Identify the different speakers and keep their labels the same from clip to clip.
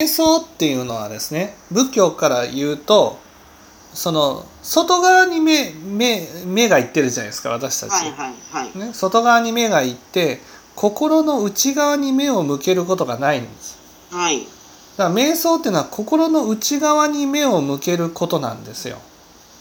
Speaker 1: 瞑想っていうのはですね仏教から言うとその外側に目目目がいってるじゃないですか私たち、
Speaker 2: はいはいはい。
Speaker 1: ね、外側に目がいって心の内側に目を向けることがないんです
Speaker 2: はい。
Speaker 1: だから瞑想っていうのは心の内側に目を向けることなんですよ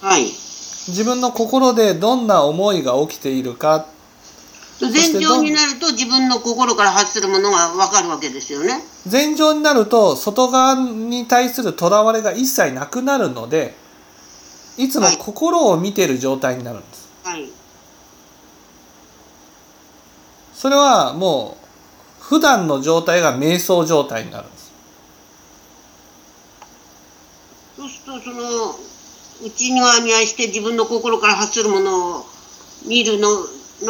Speaker 2: はい。
Speaker 1: 自分の心でどんな思いが起きているかして
Speaker 2: 禅定になると自分の心から発するものがわかるわけですよね。
Speaker 1: 前情になると外側に対するとらわれが一切なくなるのでいつも
Speaker 2: はい
Speaker 1: 心を見てる状態になるんです、
Speaker 2: はい。
Speaker 1: それはもう普段の状態が瞑想状態になるんです
Speaker 2: そうすると、その、内側に愛して自分の心から発するものを見るの、の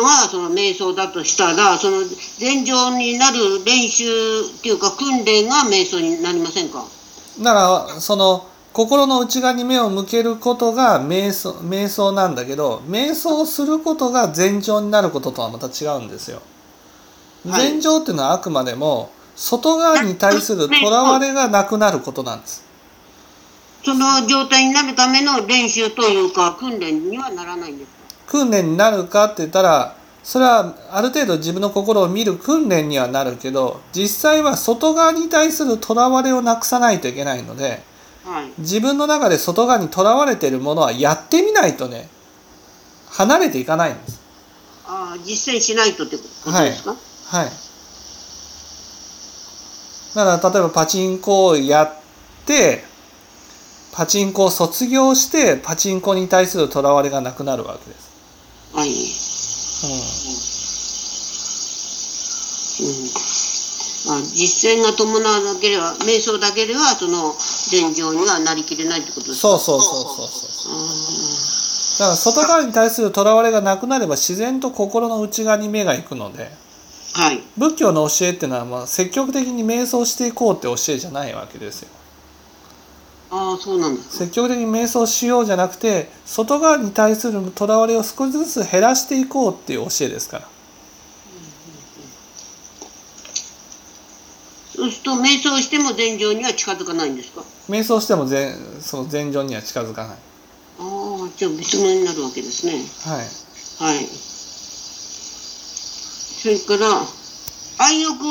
Speaker 2: がその瞑想だとしたら、その禅定になる練習っていうか訓練が瞑想になりませんか
Speaker 1: ならその心の内側に目を向けることが瞑想瞑想なんだけど瞑想することが前情になることとはまた違うんですよ
Speaker 2: はい
Speaker 1: 前情っていうのはあくまでも外側に対するとらわれがなくなることなんです
Speaker 2: その状態になるための練習というか訓練にはならないんですか
Speaker 1: 訓練になるかって言ったらそれはある程度自分の心を見る訓練にはなるけど実際は外側に対するとらわれをなくさないといけないので
Speaker 2: はい。
Speaker 1: 自分の中で外側にとらわれているものはやってみないとね離れていかないんです。
Speaker 2: ああ、実践しないとってことです
Speaker 1: は
Speaker 2: か、
Speaker 1: い、だから例えばパチンコをやってパチンコを卒業してパチンコに対するとらわれがなくなるわけです。
Speaker 2: はい。
Speaker 1: うん
Speaker 2: うん。あ、実践が伴わなければ、瞑想だけでは、その、禅定にはなりきれないってことですか
Speaker 1: そうそうそうそうそう。
Speaker 2: う
Speaker 1: だから外側に対するとらわれがなくなれば自然と心の内側に目が行くので
Speaker 2: ん。はい。
Speaker 1: 仏教の教えっていうのはまあ積極的に瞑想していこうって教えじゃないわけですよ。
Speaker 2: ああ、そうなんですね。
Speaker 1: 積極的に瞑想しようじゃなくて外側に対するとらわれを少しずつ減らしていこうっていう教えですから。
Speaker 2: そうすると、瞑想しても禅定には近づかないんですか
Speaker 1: 瞑想しても全その禅情には近づかない。
Speaker 2: ああ、じゃあ別物になるわけですね。
Speaker 1: はい。
Speaker 2: はい。それから、愛欲を